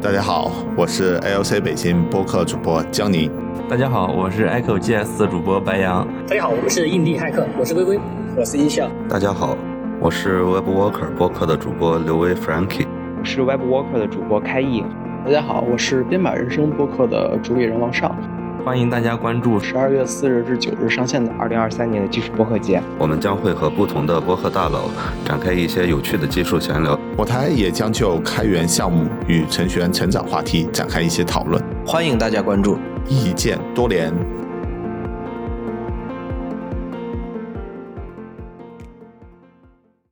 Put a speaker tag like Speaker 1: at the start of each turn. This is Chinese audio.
Speaker 1: 大家好，我是 AOC 北京播客主播江宁。
Speaker 2: 大家好，我是 Echo GS 的主播白羊。
Speaker 3: 大家好，我们是印地骇客，我是龟龟，
Speaker 4: 我是音效。
Speaker 5: 大家好，我是 Web Walker 播客的主播刘威 Frankie，
Speaker 6: 我是 Web Walker 的主播开译。
Speaker 7: 大家好，我是编码人生播客的主理人王尚。
Speaker 2: 欢迎大家关注
Speaker 7: 十二月四日至九日上线的
Speaker 6: 二零二三年的技术播客节，
Speaker 5: 我们将会和不同的播客大佬展开一些有趣的技术闲聊。
Speaker 1: 我台也将就开源项目与程序员成长话题展开一些讨论。
Speaker 4: 欢迎大家关注。
Speaker 1: 意见多联